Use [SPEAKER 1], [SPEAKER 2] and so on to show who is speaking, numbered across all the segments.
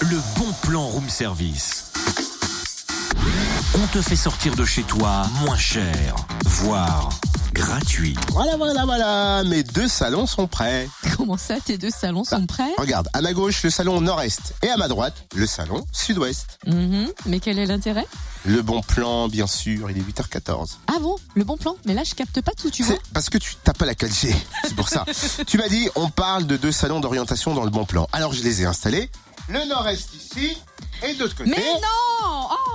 [SPEAKER 1] le bon plan room service. On te fait sortir de chez toi moins cher, voire gratuit.
[SPEAKER 2] Voilà, voilà, voilà, mes deux salons sont prêts.
[SPEAKER 3] Comment ça, tes deux salons sont prêts
[SPEAKER 2] Regarde, à ma gauche, le salon nord-est et à ma droite, le salon sud-ouest.
[SPEAKER 3] Mhm, Mais quel est l'intérêt
[SPEAKER 2] Le bon plan, bien sûr, il est 8h14.
[SPEAKER 3] Ah bon, le bon plan Mais là, je capte pas tout, tu vois.
[SPEAKER 2] C'est parce que tu t'as pas la 4G, c'est pour ça. tu m'as dit, on parle de deux salons d'orientation dans le bon plan. Alors je les ai installés, le nord-est ici et de l'autre côté.
[SPEAKER 3] Mais non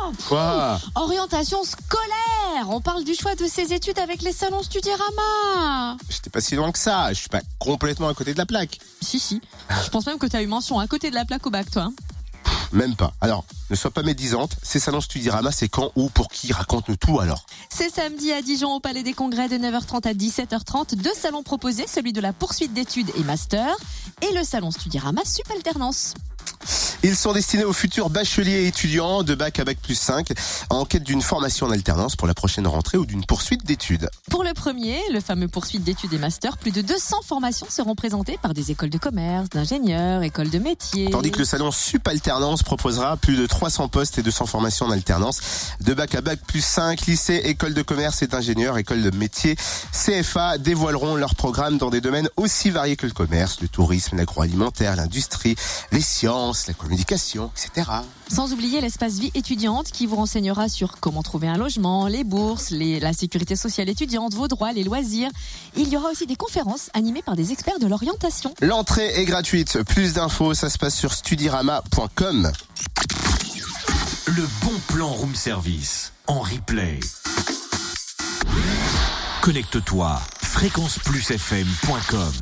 [SPEAKER 3] Oh, pff,
[SPEAKER 2] Quoi
[SPEAKER 3] Orientation scolaire On parle du choix de ses études avec les salons Studierama
[SPEAKER 2] J'étais pas si loin que ça, je suis pas complètement à côté de la plaque.
[SPEAKER 3] Si, si. Je pense même que t'as eu mention à côté de la plaque au bac, toi. hein.
[SPEAKER 2] Même pas. Alors, ne sois pas médisante, ces salons Studirama, c'est quand, où, pour qui, raconte-nous tout alors.
[SPEAKER 3] C'est samedi à Dijon au Palais des Congrès de 9h30 à 17h30. Deux salons proposés, celui de la poursuite d'études et master et le salon Studierama Subalternance.
[SPEAKER 2] Ils sont destinés aux futurs bacheliers et étudiants de bac à bac plus 5 en quête d'une formation en alternance pour la prochaine rentrée ou d'une poursuite d'études.
[SPEAKER 3] Pour le premier, le fameux poursuite d'études et master, plus de 200 formations seront présentées par des écoles de commerce, d'ingénieurs, écoles de métiers.
[SPEAKER 2] Tandis que le salon Subalternance proposera plus de 300 postes et 200 formations en alternance de bac à bac plus 5, lycée, école de commerce et d'ingénieurs, école de métier, CFA dévoileront leurs programmes dans des domaines aussi variés que le commerce, le tourisme, l'agroalimentaire, l'industrie, les sciences, la communication, etc.
[SPEAKER 3] Sans oublier l'espace vie étudiante qui vous renseignera sur comment trouver un logement, les bourses, les- la sécurité sociale étudiante, vos droits, les loisirs. Il y aura aussi des conférences animées par des experts de l'orientation.
[SPEAKER 2] L'entrée est gratuite. Plus d'infos, ça se passe sur studirama.com.
[SPEAKER 1] Le bon plan room service en replay. Connecte-toi fréquenceplusfm.com